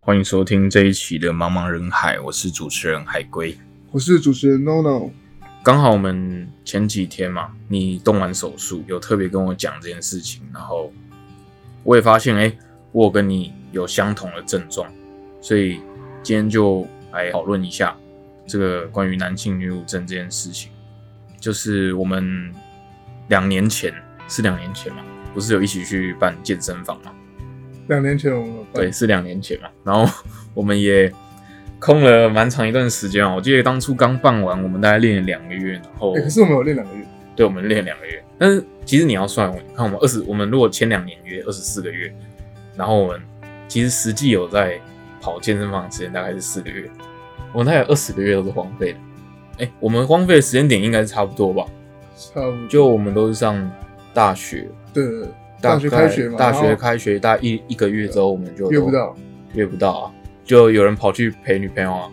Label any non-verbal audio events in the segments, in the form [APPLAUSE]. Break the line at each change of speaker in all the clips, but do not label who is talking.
欢迎收听这一期的茫茫人海，我是主持人海龟。
我是主持人 NONO。
刚好我们前几天嘛，你动完手术，有特别跟我讲这件事情，然后我也发现，哎、我有跟你有相同的症状，所以今天就来讨论一下这个关于男性女乳症这件事情。就是我们两年前，是两年前嘛，不是有一起去办健身房嘛？
两年前我们有办
对，是两年前嘛。然后我们也空了蛮长一段时间啊。我记得当初刚办完，我们大概练了两个月，然后、
欸可是我们有练两个月，
对，我们练了两个月。但是其实你要算，你看我们二十，我们如果签两年约，二十四个月，然后我们其实实际有在跑健身房的时间大概是四个月，我们大概有二十个月都是荒废的。哎、我们荒废的时间点应该是差不多吧？
差不多。
就我们都是上大学，
对，
大
大学
概
开学嘛
大
然
学
后
开学大概一一个月之后，我们就
约
都
不到，
约不到啊，就有人跑去陪女朋友啊，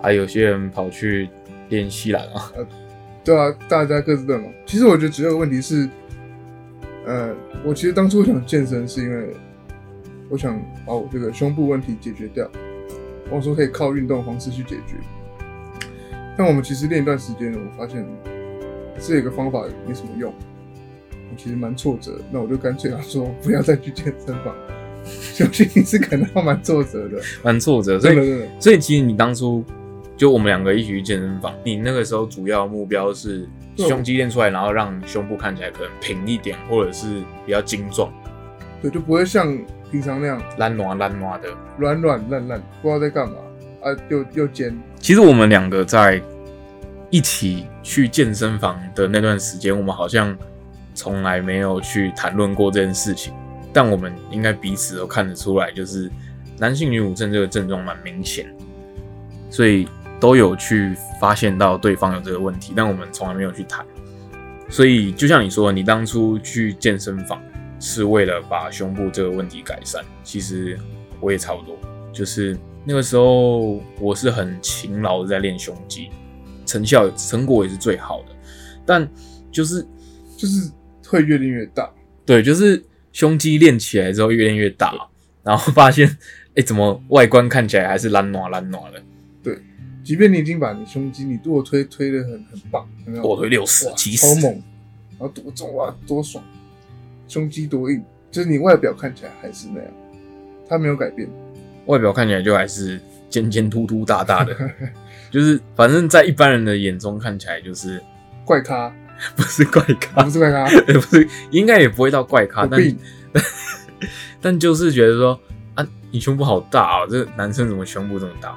啊，有些人跑去练西兰啊， [LAUGHS]
对啊，大家各自的忙。其实我觉得只有个问题是，呃，我其实当初想健身是因为我想把我这个胸部问题解决掉，我说可以靠运动方式去解决。但我们其实练一段时间了，我发现这个方法没什么用，我其实蛮挫折的。那我就干脆想说不要再去健身 [LAUGHS] 房，相信你是感到蛮挫折的，
蛮挫折。所
真的
以，
真的。
所以其实你当初就我们两个一起去健身房，你那个时候主要目标是
对
胸肌练出来，然后让胸部看起来可能平一点，或者是比较精壮，
对，就不会像平常那样
懒暖懒暖的。
软软烂烂，不知道在干嘛啊，又又尖，
其实我们两个在一起去健身房的那段时间，我们好像从来没有去谈论过这件事情，但我们应该彼此都看得出来，就是男性女乳症这个症状蛮明显，所以都有去发现到对方有这个问题，但我们从来没有去谈。所以就像你说的，你当初去健身房是为了把胸部这个问题改善，其实我也差不多。就是那个时候我是很勤劳的在练胸肌，成效成果也是最好的，但就是
就是会越练越大。
对，就是胸肌练起来之后越练越大，然后发现哎、诶怎么外观看起来还是懒暖懒暖的，
即便你已经把你胸肌，你做推推的很很棒，有没有？
我推六十
哇
七十
超，猛，然后多重哇，多爽，胸肌多硬，就是你外表看起来还是那样，它没有改变。
外表看起来就还是尖尖突突大大的， [LAUGHS] 就是反正在一般人的眼中看起来就是 [LAUGHS]
怪咖，
不是怪咖
不，是怪咖，
也 [LAUGHS] 不是，应该也不会到怪咖，
有
但
病
[LAUGHS] 但就是觉得说啊，你胸部好大啊、这男生怎么胸部这么大？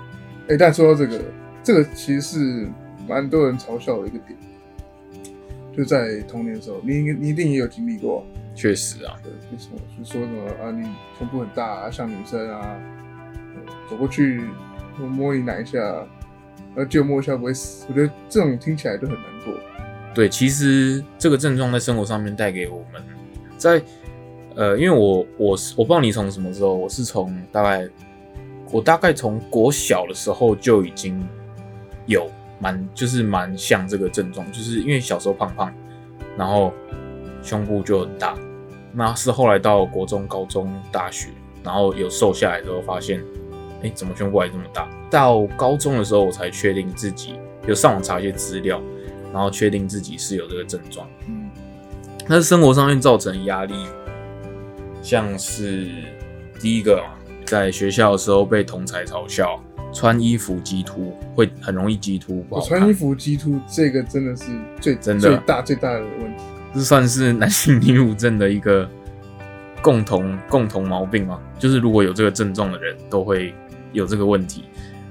哎、但说到这个，这个其实是蛮多人嘲笑的一个点，就在童年的时候，你应该你一定也有经历过啊、
确实啊，
对，为什么就说什么啊，你胸部很大啊，像女生啊，呃走过去摸摸你奶一下，然后就摸一下不会死，我觉得这种听起来就很难过。
对，其实这个症状在生活上面带给我们，在呃，因为我我是我不知道你从什么时候，我是从大概我大概从国小的时候就已经有蛮就是蛮像这个症状，就是因为小时候胖胖，然后胸部就很大，那是后来到国中、高中、大学，然后有瘦下来之后发现，哎、怎么胸部还这么大？到高中的时候我才确定自己有上网查一些资料，然后确定自己是有这个症状。
嗯，
但是生活上面造成的压力，像是第一个啊在学校的时候被同才嘲笑，穿衣服激突会很容易激突，不
我
好
穿衣
看。
服激突这个真的是最
真的
最大最大的问题。
这算是男性女乳症的一个共同共同毛病吗？就是如果有这个症状的人都会有这个问题，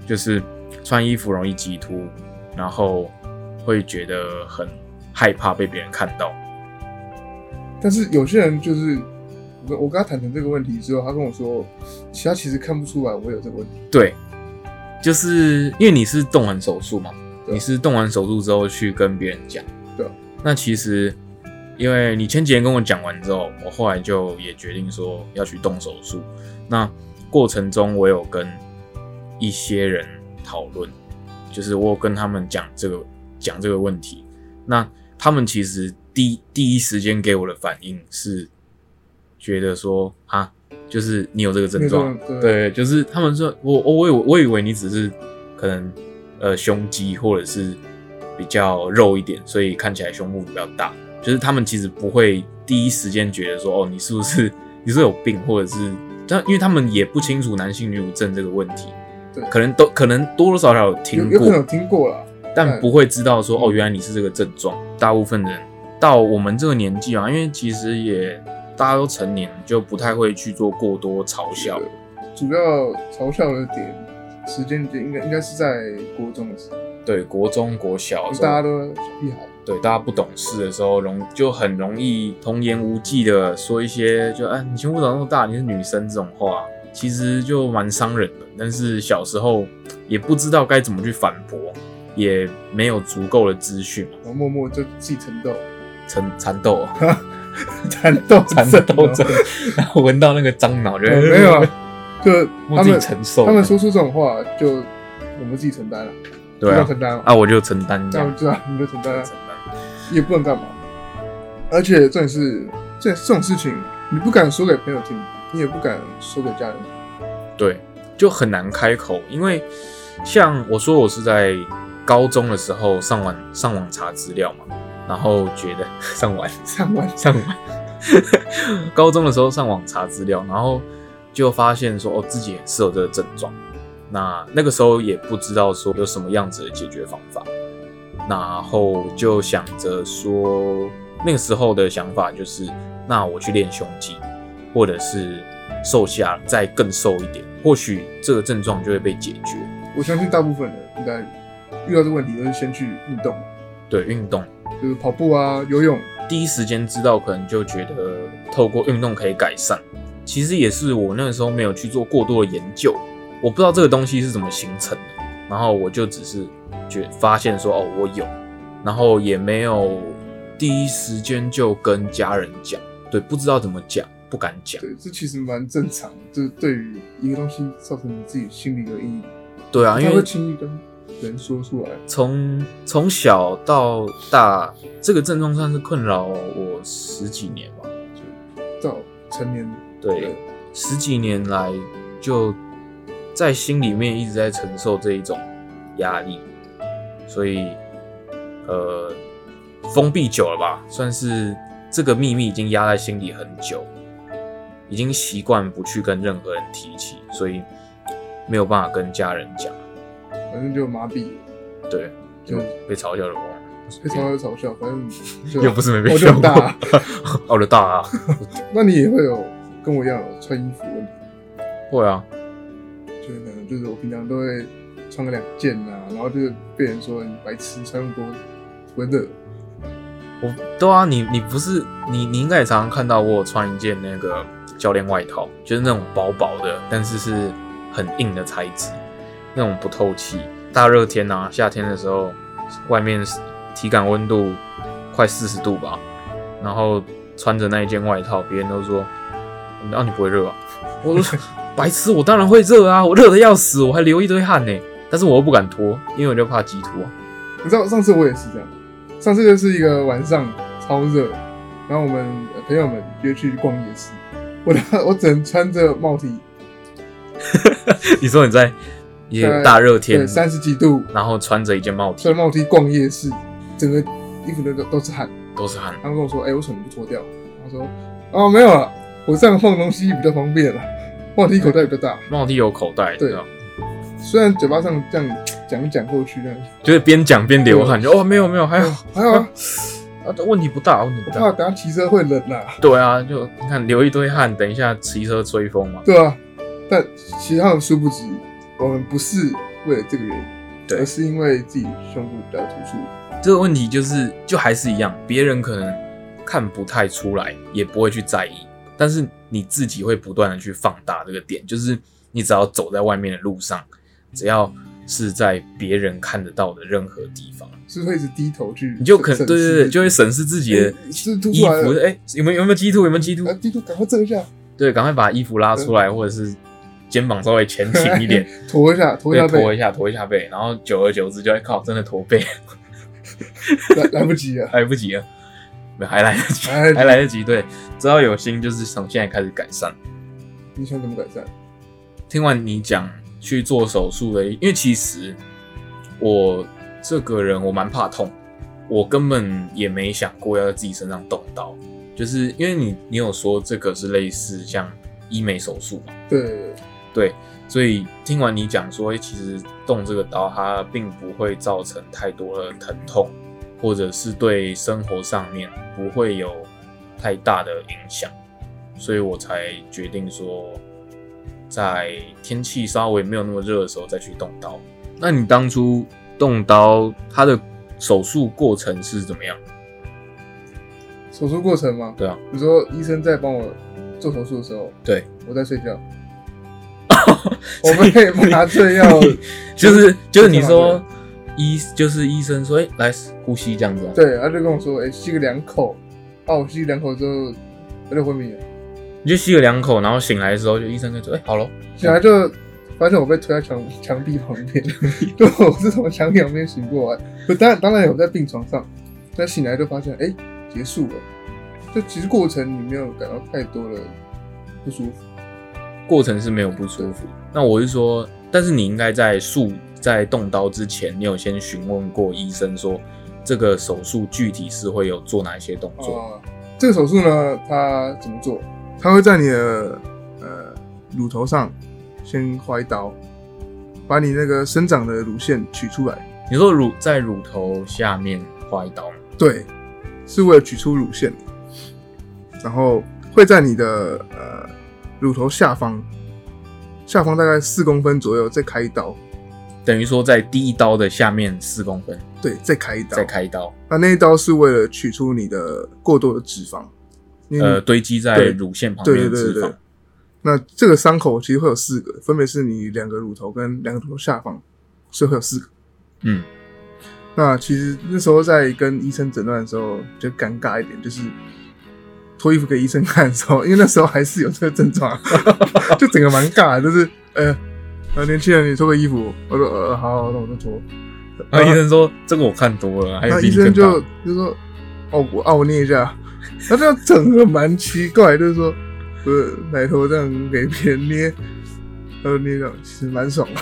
就是穿衣服容易激突，然后会觉得很害怕被别人看到。
但是有些人就是我我跟他谈谈这个问题之后，他跟我说，其他其实看不出来我有这个问题。
对，就是因为你是动完手术嘛，
对啊
你是动完手术之后去跟别人讲。
对。啊
那其实，因为你前几天跟我讲完之后，我后来就也决定说要去动手术。那过程中，我有跟一些人讨论，就是我有跟他们讲这个讲这个问题。那他们其实第第一时间给我的反应是觉得说啊，就是你有这个症状，
那种，
对，就是他们说，我我我以为我以为你只是可能呃胸肌或者是比较肉一点，所以看起来胸部比较大。就是他们其实不会第一时间觉得说，哦，你是不是你是不是有病，或者是但因为他们也不清楚男性女乳症这个问题
对，
可能都可能多多少少有听过，
有有可能有嗯听过啦，
但不会知道说哦，原来你是这个症状。大部分人到我们这个年纪啊，因为其实也大家都成年，就不太会去做过多嘲笑。
主要嘲笑的点时间点应该应该是在国中的时候，
对，国中、国小的时
大
候，
家都小屁孩，
对大家不懂事的时候，容就很容易童言无忌的说一些就哎，你胸部长那么大，你是女生这种话，其实就蛮伤人的。但是小时候也不知道该怎么去反驳，也没有足够的资讯嘛，
然后默默就自己缠 [LAUGHS] 斗，
缠缠斗啊。
[LAUGHS] 缠斗
蚕
症
豆
哦
症，然后闻到那个樟脑就
哦没有，啊，就
我
他
自己
们
承受。
他们说出这种话，就我们自己承担了，
对
就要
啊，
承担了，
啊我就承担这
那
样
我们知道你就承担了
承，担，
也不能干嘛。而且重点是，这这种事情你不敢说给朋友听，你也不敢说给家人听，
对，就很难开口，因为像我说我是在高中的时候上网上网查资料嘛，然后觉得 [LAUGHS] 上网
上完
上网， [LAUGHS] 高中的时候上网查资料，然后就发现说哦自己也是有这个症状。那那个时候也不知道说有什么样子的解决方法，然后就想着说那个时候的想法就是，那我去练胸肌，或者是瘦下再更瘦一点，或许这个症状就会被解决。
我相信大部分人应该遇到这个问题都是先去运动，
对运动，
就是跑步啊、游泳，
第一时间知道，可能就觉得透过运动可以改善。其实也是我那个时候没有去做过多的研究，我不知道这个东西是怎么形成的。然后我就只是觉发现说，哦，我有，然后也没有第一时间就跟家人讲，对，不知道怎么讲，不敢讲。
对，这其实蛮正常，就是对于一个东西造成你自己心里的阴影，
对啊，
他
因
会
为
轻易跟人说出来。
从从小到大，这个症状算是困扰我十几年吧。
到成年，
对，十几年来就在心里面一直在承受这一种压力，所以呃，封闭久了吧，算是这个秘密已经压在心里很久，已经习惯不去跟任何人提起，所以没有办法跟家人讲，
反正就麻痹了，
对，就被嘲笑了哦。
被嘲笑就嘲笑，反正就
又不是没被
我就
笑
很
过，
大
[LAUGHS]
啊
我的大啊， [LAUGHS]
那你也会有跟我一样有穿衣服的问题，
会啊，
就是可能就是我平常都会穿个两件啊，然后就是被人说你白痴穿那么多，不会热，
我对啊，你你不是你你应该也常常看到我有穿一件那个教练外套，就是那种薄薄的，但是是很硬的材质，那种不透气。大热天啊，夏天的时候，外面是体感温度快四十度吧，然后穿着那一件外套，别人都说，那、你不会
[LAUGHS]
热啊？我说 [LAUGHS] 白痴，我当然会热啊，我热的要死，我还流一堆汗呢、但是我又不敢脱，因为我就怕激脱、啊。 [LAUGHS]
你知道上次我也是这样，上次就是一个晚上超热，然后我们呃朋友们约去逛夜市，我的我只能穿着帽 T，
你说你在也
对
大热
对，
天，
三十几度，
然后穿着一件帽 T，
穿着帽 T 逛夜市，整个衣服都都都是汗。
都是汗。
他们跟我说，哎、为什么不脱掉？他说，哦，没有了，我这样放东西比较方便了，帽 T 口袋比较大。
帽 T 有口袋，
对
知道吗
虽然嘴巴上这样讲一讲过去，但
就是边讲边流汗，就哦没有没有，还好
还有啊，
[LAUGHS] 啊，问题不大，问题
我
不
怕
大。
等下骑车会冷啊，
对啊，就你看流一堆汗，等一下骑车吹风嘛。
对啊。但其实他们殊不知，我们不是为了这个原因，
对
而是因为自己胸部比较突出，
这个问题就是就还是一样，别人可能看不太出来，也不会去在意，但是你自己会不断的去放大这个点，就是你只要走在外面的路上，只要是在别人看得到的任何地方，
是会一直低头去审，
你就可能
审
对对
视
对，就会审视自己的
哎是凸
衣
出来
服，
了，
哎、有没有有没有鸡突，有没有鸡突
啊，？低头赶快正一下，
对，赶快把衣服拉出来，或者是肩膀稍微前倾一
[LAUGHS]
点，
驼一下，驼一
对，
下背
驼，一下，驼一下背，然后久而久之就会靠，真的驼背 [LAUGHS]
来来不及了。哎
来不及了，没有还来得及， [LAUGHS] 哎
还来得及
还来得及，对，只要有心，就是从现在开始改善。
你想怎么改善？
听完你讲去做手术的，因为其实我这个人我蛮怕痛，我根本也没想过要在自己身上动刀，就是因为你你有说这个是类似像医美手术嘛，
对，
对，所以听完你讲说，诶其实动这个刀它并不会造成太多的疼痛，或者是对生活上面不会有太大的影响，所以我才决定说，在天气稍微没有那么热的时候再去动刀。那你当初动刀，它的手术过程是怎么样？
手术过程嘛，
对啊，
你说医生在帮我做手术的时候，
对，
我在睡觉，
[LAUGHS]
我被麻醉药，
就是就是你说医就是医生说，哎、来呼吸这样子、啊，
对，他就跟我说，哎、吸个两口，啊，我吸两口之后，我就昏迷了，
你就吸了两口，然后醒来的时候，就医生就说：“哎、好了。
醒来就发现我被推在墙墙壁旁
[LAUGHS]
边，就我是从墙壁旁边醒过来，不当然当然有在病床上，但醒来就发现，哎、结束了，就其实过程你没有感到太多的不舒服，”
过程是没有不舒服。那我是说，但是你应该在术在动刀之前，你有先询问过医生说这个手术具体是会有做哪些动作？
啊，这个手术呢，它怎么做？它会在你的呃乳头上先划一刀，把你那个生长的乳腺取出来。
你说乳在乳头下面划一刀吗，
对，是为了取出乳腺，然后会在你的呃乳头下方下方大概四公分左右再开一刀，
等于说在第一刀的下面四公分
对，再开一刀，
再。开一刀，
那那一刀是为了取出你的过多的脂肪，因为你
呃，堆积在
嗯对
乳腺旁
对
边
对
的
对
脂
对
肪。。
那这个伤口其实会有四个，分别是你两个乳头跟两个乳头下方，所以会有四个。
嗯，
那其实那时候在跟医生诊断的时候，就尴尬一点，就是脱衣服给医生看的时候，因为那时候还是有这个症状， [LAUGHS] 就整个蛮尬的，就是呃呃，年轻人你脱个衣服，我说呃好，那我就脱。
然啊后医生说这个我看多了，还有
那
比
医
你
生
更
就
大。 [LAUGHS]
就说：“哦，我啊，我念一下。” [LAUGHS] 他这样整个蛮奇怪，就是说，呃，奶头这样给别人捏，呃，捏到其实蛮爽
[LAUGHS]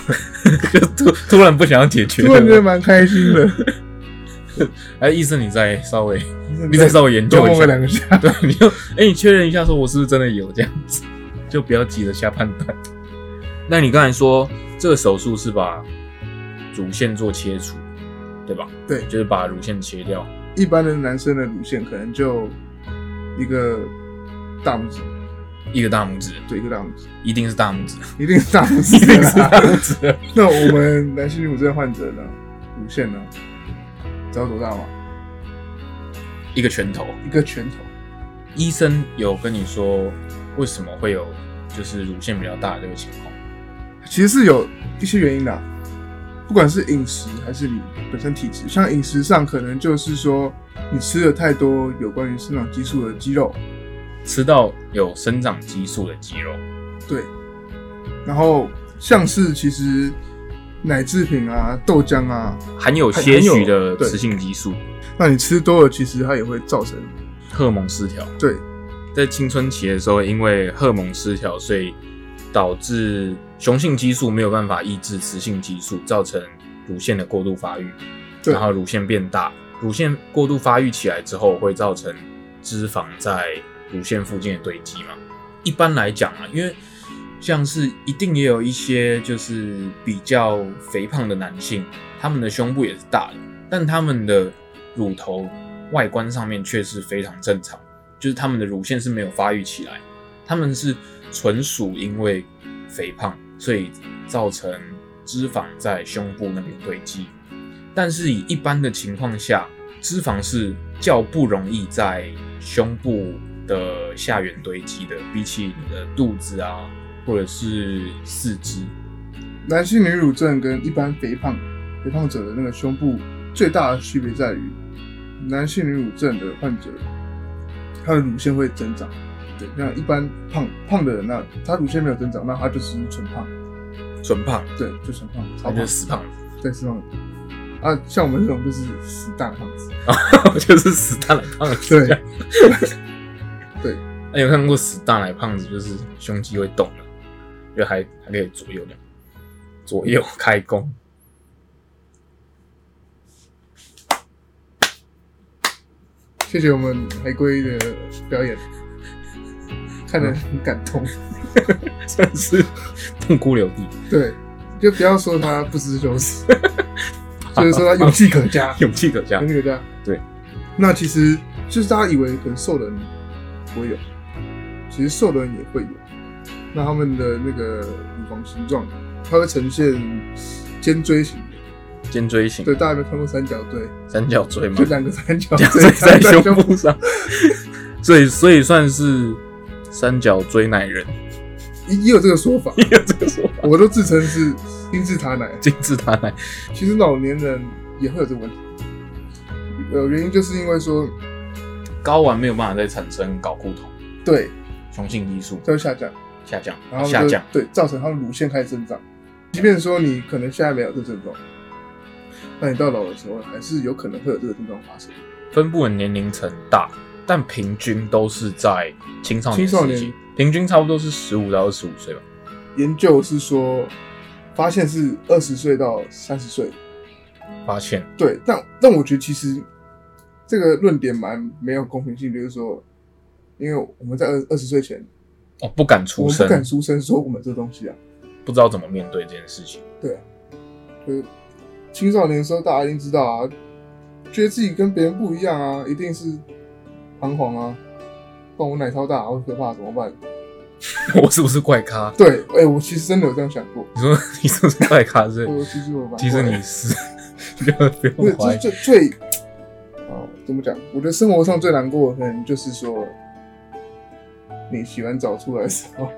就
的，
突突然不想要解决
突然觉得
了。
蛮开心的。
哎，医生，你再稍微 [LAUGHS] 你
在
再稍微研
多
究一下
摸个。两下，
对， [LAUGHS] 你就哎、你确认一下，说我是不是真的有这样子，就不要急着下判断。那你刚才说这个手术是把乳腺做切除，对吧？
对
就是把乳腺切掉。
一般的男生的乳腺可能就一个大拇指，
一个大拇指，
对，一个大拇指，
一定是大拇指，
一定是大拇
[LAUGHS]
指，
一定是大拇指。
[LAUGHS] 那我们男性乳腺患者呢，乳腺呢，知道多大吗？
一个拳头。
一个拳头。
医生有跟你说为什么会有就是乳腺比较大的这个情况？
其实是有一些原因的啊、不管是饮食还是你本身体质，像饮食上可能就是说你吃了太多有关于生长激素的肌肉，
吃到有生长激素的肌肉，
对，然后像是其实奶制品啊、豆浆啊，
含有
含
些许
含有
的
对
雌性激素，
那你吃多了，其实它也会造成
荷尔蒙失调。
对
在青春期的时候，因为荷尔蒙失调，所以导致雄性激素没有办法抑制雌性激素，造成乳腺的过度发育，
对
然后乳腺变大。乳腺过度发育起来之后，会造成脂肪在乳腺附近的堆积嘛？一般来讲啊，因为像是一定也有一些就是比较肥胖的男性，他们的胸部也是大的，但他们的乳头外观上面却是非常正常，就是他们的乳腺是没有发育起来，他们是纯属因为肥胖，所以造成脂肪在胸部那边堆积。但是以一般的情况下，脂肪是较不容易在胸部的下缘堆积的，比起你的肚子啊，或者是四肢。
男性女乳症跟一般肥胖肥胖者的那个胸部最大的区别在于，男性女乳症的患者，他的乳腺会增长。对，那一般胖胖的人呢，他乳腺没有增长，那他就只是纯胖，
纯胖，
对，就纯胖，
他
超
就
胖
是，死胖 [LAUGHS] 子，
对，是胖。啊，像我们这种就是死大胖子，
就是死大奶胖子。 [LAUGHS]
对，
哎那有看过死大奶胖子，就是胸肌会动的，就还还可以左右两左右开弓。
谢谢我们海龟的表演，看得很感动。
真是痛哭流涕，
对，就不要说他不知
[LAUGHS]
羞耻，就是说 [LAUGHS] 他勇气可嘉，嗯
勇气可嘉
勇。气可嘉。
对，
那其实就是大家以为可能瘦的人不会有，其实瘦的人也会有。那他们的那个乳房形状，它会呈现尖锥形。
肩椎型
对，大家有没有看过三角锥？
三角锥嘛
就，两个三角
两
锥
椎在
在
胸部上， [LAUGHS] 所以所以算是三角锥奶人，，
也 [LAUGHS] 也有这个说法
有这个说法，
我都自称是金字塔奶。
金字塔奶，
其实老年人也会有这个问题，呃，原因就是因为说，
睾丸没有办法再产生睾固酮，
对，
雄性激素
它会下降，
下降，
然后就
下降，
对，造成他们乳腺开始增长。即便说你可能现在没有这症状，那你到老的时候还是有可能会有这个症状发生。
分布的年龄层大，但平均都是在青少年
青少
时
年
期，平均差不多是十五到二十五岁吧。
研究是说，发现是二十岁到三十岁，
发现
对，但但我觉得其实这个论点蛮没有公平性，就是说，因为我们在二二十岁前，
哦，不敢
我
出
们不
声，
敢出声说我们这东西啊，
不知道怎么面对这件事情。 [LAUGHS]
就是青少年的时候，大家一定知道啊，觉得自己跟别人不一样啊，一定是彷徨啊，不然我奶超大，好可怕，怎么办？
我是不是怪咖？ [LAUGHS]
对，哎、我其实真的有这样想过，
你说你是不是怪咖？是
我其实我蛮
其实
怪的
你是， [LAUGHS] 不要不
不是
用怀
最
疑。
最最啊、怎么讲？我觉得生活上最难过的可能就是说，你洗完澡出来的时
[LAUGHS]
候，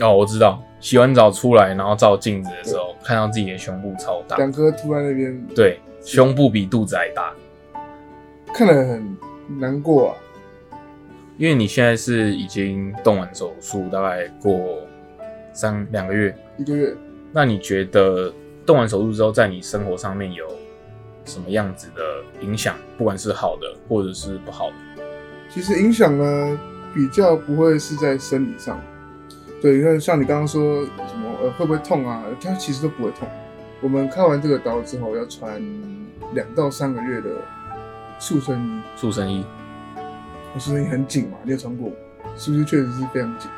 哦，我知道，洗完澡出来，然后照镜子的时候，看到自己的胸部超大，
两颗突然那边
对，胸部比肚子还大，
看得很难过啊。
因为你现在是已经动完手术，大概过三两个月，
一个月，
那你觉得动完手术之后，在你生活上面有什么样子的影响？不管是好的或者是不好的，
其实影响呢比较不会是在生理上，对，你看像你刚刚说什么呃会不会痛啊，它其实都不会痛。我们开完这个刀之后要穿两到三个月的塑身衣，
塑身衣，
塑身衣很紧嘛，你有穿过吗？是不是确实是非常紧？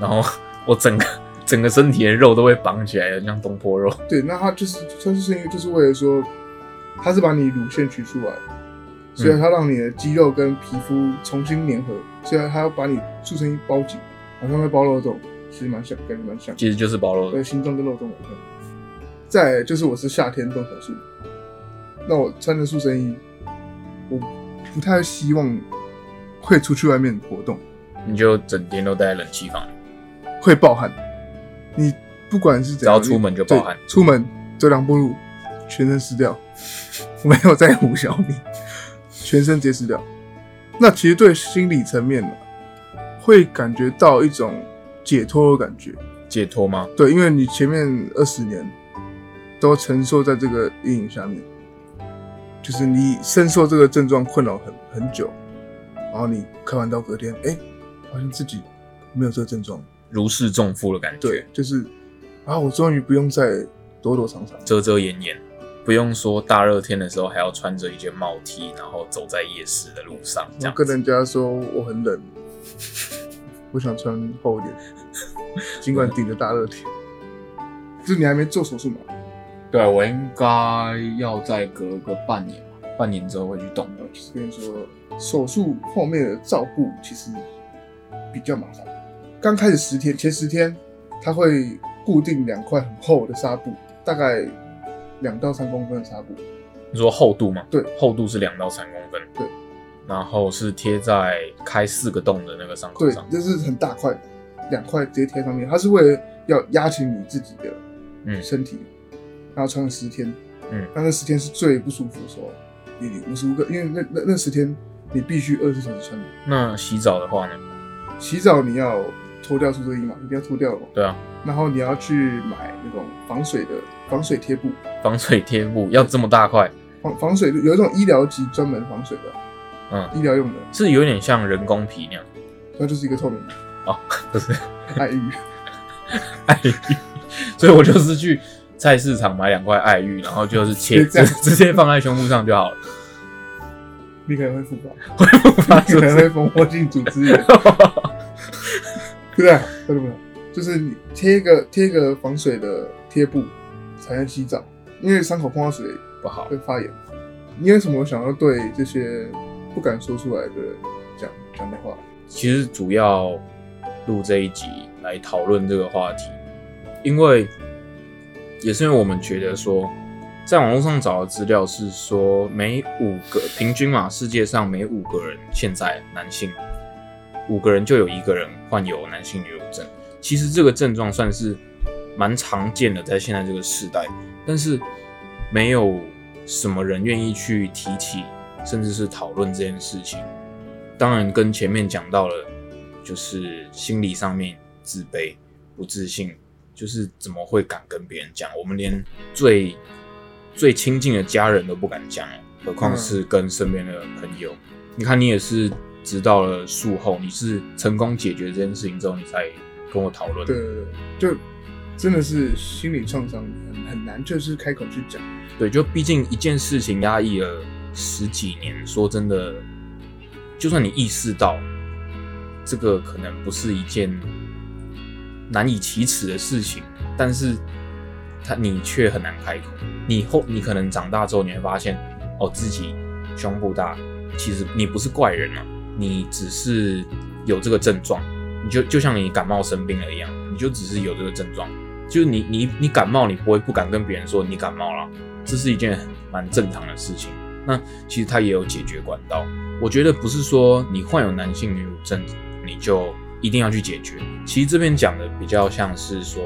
然后 [LAUGHS] 我整个整个身体的肉都会绑起来，像东坡肉，
对，那它就是穿塑身衣就是为了说，它是把你乳腺取出来，所以它让你的肌肉跟皮肤重新粘合，所以它要把你塑身衣包紧，好像会包肉粽，其实蛮像，感觉蛮像。
其实就是包肉
对，。心脏跟漏洞有关。再来就是我是夏天动手术，那我穿着塑身衣，我不太希望会出去外面活动，
你就整天都待在冷气房里，
会暴汗。你不管是怎样，
只要出门就暴汗
对，出门走两步路，全身湿掉，没有在乎小米，全身直接湿掉。那其实对心理层面呢，会感觉到一种解脱的感觉。
解脱吗？
对，因为你前面二十年都承受在这个阴影下面，就是你深受这个症状困扰很很久，然后你开完刀隔天，哎、发现自己没有这个症状，
如释重负的感觉，
对，就是啊，我终于不用再躲躲藏藏，
遮遮掩掩，不用说大热天的时候还要穿着一件帽 T，然后走在夜市的路上，这
然
样
后跟
子
人家啊说我很冷，我想穿厚一点，尽管顶着大热天，就是你还没做手术嘛，
对啊我应该要再隔个半年吧，半年之后会去动
然后就是跟你说，手术后面的照顾其实比较麻烦。刚开始十天，前十天他会固定两块很厚的纱布，大概两到三公分的纱布，
你说厚度吗？
对，
厚度是两到三公分。
对，
然后是贴在开四个洞的那个伤口
对
上，。
就是很大块，两块直接贴上面。它是为了要压紧你自己
嗯
的身体，然后穿了十天，
嗯
那那十天是最不舒服的时候，你你无时无刻，因为那那那十天你必须二十四小时穿着，
那洗澡的话呢？
洗澡你要脱掉出这个衣嘛，一定要脱掉哦。
对啊，
然后你要去买那种防水的防水贴布，
防水贴布要这么大块，
防防水有一种医疗级专门防水的，
嗯，
医疗用的，
是有点像人工皮那样 [LAUGHS]
它就是一个透明的
哦，不是
爱玉，
爱玉，所以我就是去菜市场买两块爱玉，然后就是切
直接
直 [LAUGHS]
这
直接放在胸部上就好了，
你可能会复发，
不发
[LAUGHS] 你
是不
可
是？
能会蜂窝性组织炎，对不对？对不对？就是你贴一个贴一个防水的贴布才能洗澡，因为伤口碰到水
不好
会，发炎。你有什么想要对这些不敢说出来的人讲讲的话？
其实主要录这一集来讨论这个话题，因为也是因为我们觉得说，在网络上找的资料是说，每五个平均嘛，世界上每五个人现在男性五个人就有一个人患有男性女乳症。其实这个症状算是蛮常见的，在现在这个时代，但是没有什么人愿意去提起，甚至是讨论这件事情。当然，跟前面讲到了，就是心理上面自卑、不自信，就是怎么会敢跟别人讲？我们连最最亲近的家人都不敢讲，何况是跟身边的朋友。你看，你也是直到了术后，你是成功解决这件事情之后，你才跟我讨论。
对，对对，就真的是心理创伤很很难，就是开口去讲。
对，就毕竟一件事情压抑了十几年，说真的，就算你意识到这个可能不是一件难以启齿的事情，但是他你却很难开口。你后你可能长大之后，你会发现，哦，自己胸部大，其实你不是怪人啊，你只是有这个症状，你就就像你感冒生病了一样，你就只是有这个症状。就是你你你感冒，你不会不敢跟别人说你感冒了，这是一件很蛮正常的事情。那其实它也有解决管道。我觉得不是说你患有男性女乳症，你就一定要去解决。其实这边讲的比较像是说，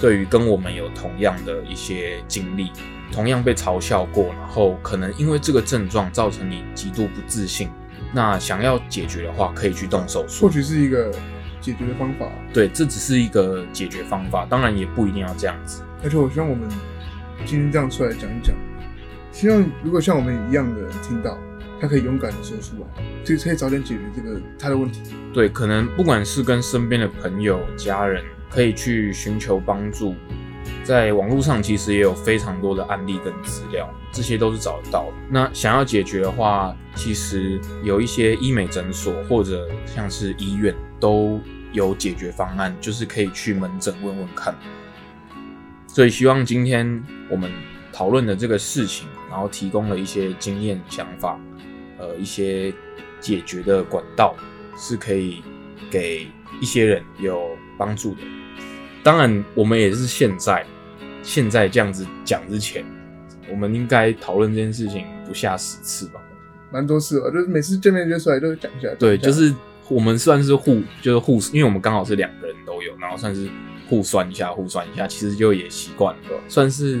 对于跟我们有同样的一些经历，同样被嘲笑过，然后可能因为这个症状造成你极度不自信，那想要解决的话，可以去动手术
或。许是一个解决的方法，
对，这只是一个解决方法，当然也不一定要这样子。
而且我希望我们今天这样出来讲一讲，希望如果像我们一样的人听到，他可以勇敢的说出来，就可以早点解决这个他的问题。
对，可能不管是跟身边的朋友、家人，可以去寻求帮助。在网络上其实也有非常多的案例跟资料，这些都是找得到的。那想要解决的话，其实有一些医美诊所或者像是医院都有解决方案，就是可以去门诊问问看。所以希望今天我们讨论的这个事情，然后提供了一些经验、想法，呃，一些解决的管道，是可以给一些人有帮助的。当然，我们也是现在现在这样子讲之前，我们应该讨论这件事情不下十次吧？
蛮多次吧，就是每次见面约出来就讲一下。
对，
讲
就
一下
是我们算是互，就是互，因为我们刚好是两个人都有，然后算是互酸一下，互酸一下，其实就也习惯了，算是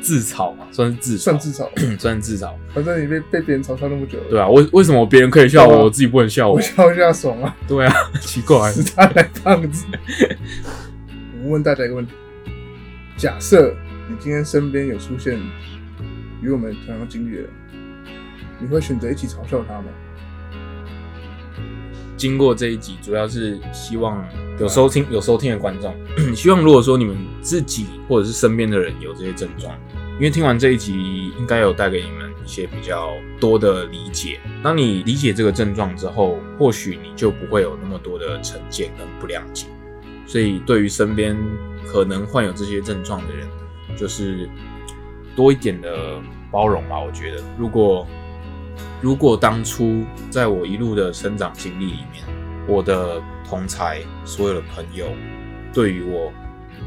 自嘲嘛，算是自嘲，
算至少，
[CLEARS THROAT] 算是自嘲，
反正你被被别人嘲笑那么久了，
对啊，为为什么别人可以笑
对啊
我，我自己不能笑我
[LAUGHS] 我？笑一下爽啊，
对啊， [LAUGHS] 奇怪，
[LAUGHS] 死他来胖子。我们问大家一个问题：假设你今天身边有出现与我们同样经历的人，你会选择一起嘲笑他吗？
经过这一集，主要是希望有收听有收听的观众， [CLEARS THROAT] 希望如果说你们自己或者是身边的人有这些症状，因为听完这一集，应该有带给你们一些比较多的理解。当你理解这个症状之后，或许你就不会有那么多的成见跟不谅解。所以，对于身边可能患有这些症状的人，就是多一点的包容吧。我觉得，如果如果当初在我一路的生长经历里面，我的同才所有的朋友对于我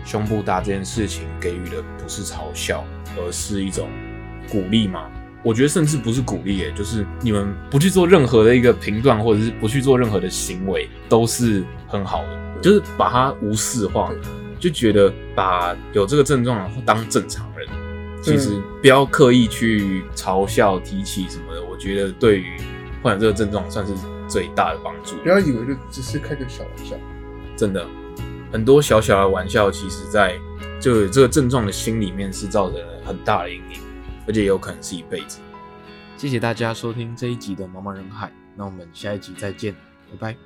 胸部大这件事情给予的不是嘲笑，而是一种鼓励嘛。我觉得甚至不是鼓励，耶，就是你们不去做任何的一个评断，或者是不去做任何的行为，都是很好的，就是把它无视化
对，
就觉得把有这个症状然后当正常人。其
嗯
实不要刻意去嘲笑、提起什么的，我觉得对于患有这个症状算是最大的帮助。
不要以为就只是开个小玩笑，
真的，很多小小的玩笑，其实在就有这个症状的心里面是造成了很大的阴影，而且有可能是一辈子。谢谢大家收听这一集的茫茫人海，那我们下一集再见，拜拜。